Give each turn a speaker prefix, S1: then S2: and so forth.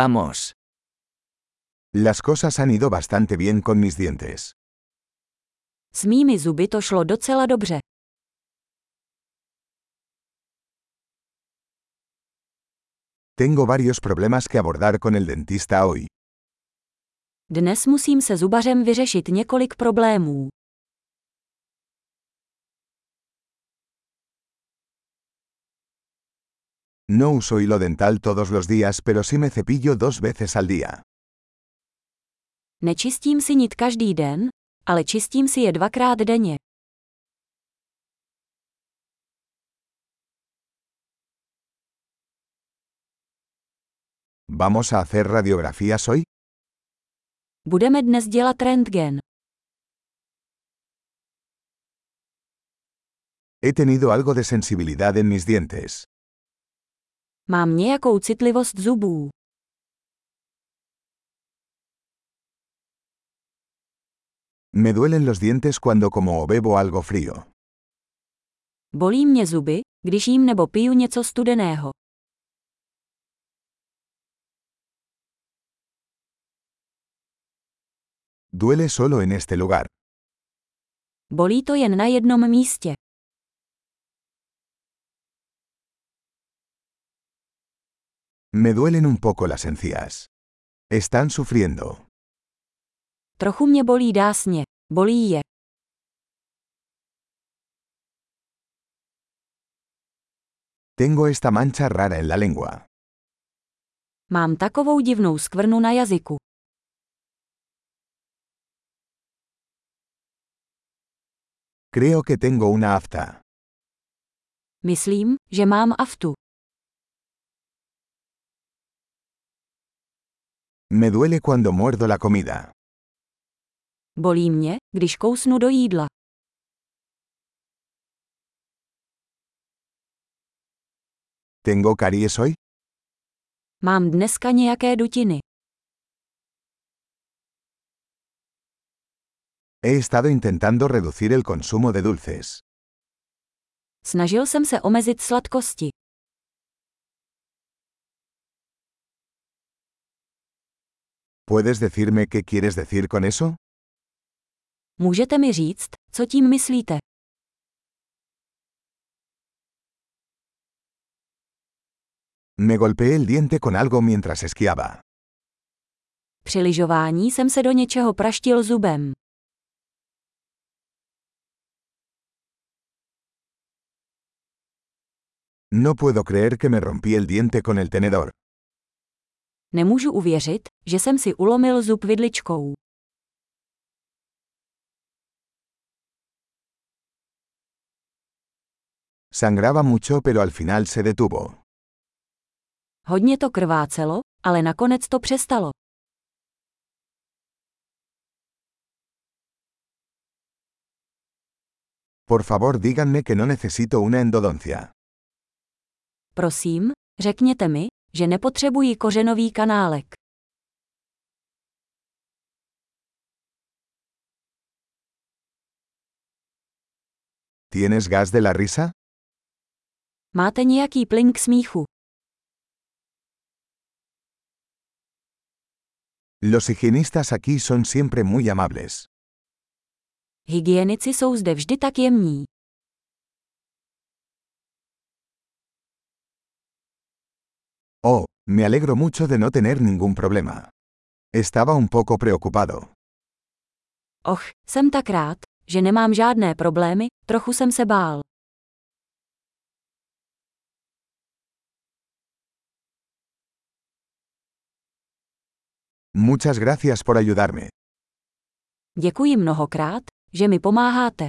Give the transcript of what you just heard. S1: Vamos.
S2: Las cosas han ido bastante bien con mis dientes.
S3: S mými zuby to šlo docela dobře.
S2: Tengo varios problemas que abordar con el dentista hoy.
S3: Dnes musím se zubařem vyřešit několik problémů.
S2: No uso hilo dental todos los días, pero sí me cepillo dos veces al día.
S3: Nečistím si nit každý den, ale čistím si je dvakrát denně.
S2: ¿Vamos a hacer radiografías hoy?
S3: Budeme dnes dělat rentgen.
S2: He tenido algo de sensibilidad en mis dientes.
S3: Mám nějakou citlivost zubů.
S2: Me duelen los dientes cuando como o bebo algo frío.
S3: Bolí mě zuby, když jím nebo piju něco studeného.
S2: Duele solo en este lugar.
S3: Bolí to jen na jednom místě.
S2: Me duelen un poco las encías. Están sufriendo.
S3: Trochu mě bolí dásně. Bolí je.
S2: Tengo esta mancha rara en la lengua.
S3: Mám takovou divnou skvrnu na jazyku.
S2: Creo que tengo una afta.
S3: Myslím, že mám aftu.
S2: Me duele cuando muerdo la comida.
S3: Bolí mě, když kousnu do jídla.
S2: ¿Tengo caries hoy?
S3: Mám dneska nějaké dutiny.
S2: He estado intentando reducir el consumo de dulces.
S3: Snažil jsem se omezit sladkosti.
S2: ¿Puedes decirme qué quieres decir con eso?
S3: Můžete mi říct, co tím myslíte?
S2: Me golpeé el diente con algo mientras esquiaba.
S3: Při lyžování jsem se do něčeho praštil zubem.
S2: No puedo creer que me rompí el diente con el tenedor.
S3: Nemůžu uvěřit, že jsem si ulomil zub vidličkou.
S2: Sangraba mucho pero al final se detuvo.
S3: Hodně to krvácelo, ale nakonec to přestalo.
S2: Por favor díganme que no necesito una endodoncia.
S3: Prosím, řekněte mi, že nepotřebuji kořenový kanálek.
S2: ¿Tienes gas de la risa?
S3: Máte nějaký plyn k smíchu?
S2: Los higienistas aquí son siempre muy amables.
S3: Hygienici jsou zde vždy tak jemní.
S2: Oh, me alegro mucho de no tener ningún problema. Estaba un poco preocupado.
S3: Och, jsem tak rád, že nemám žádné problémy, trochu jsem se bál.
S2: Muchas gracias por ayudarme.
S3: Děkuji mnohokrát, že mi pomáháte.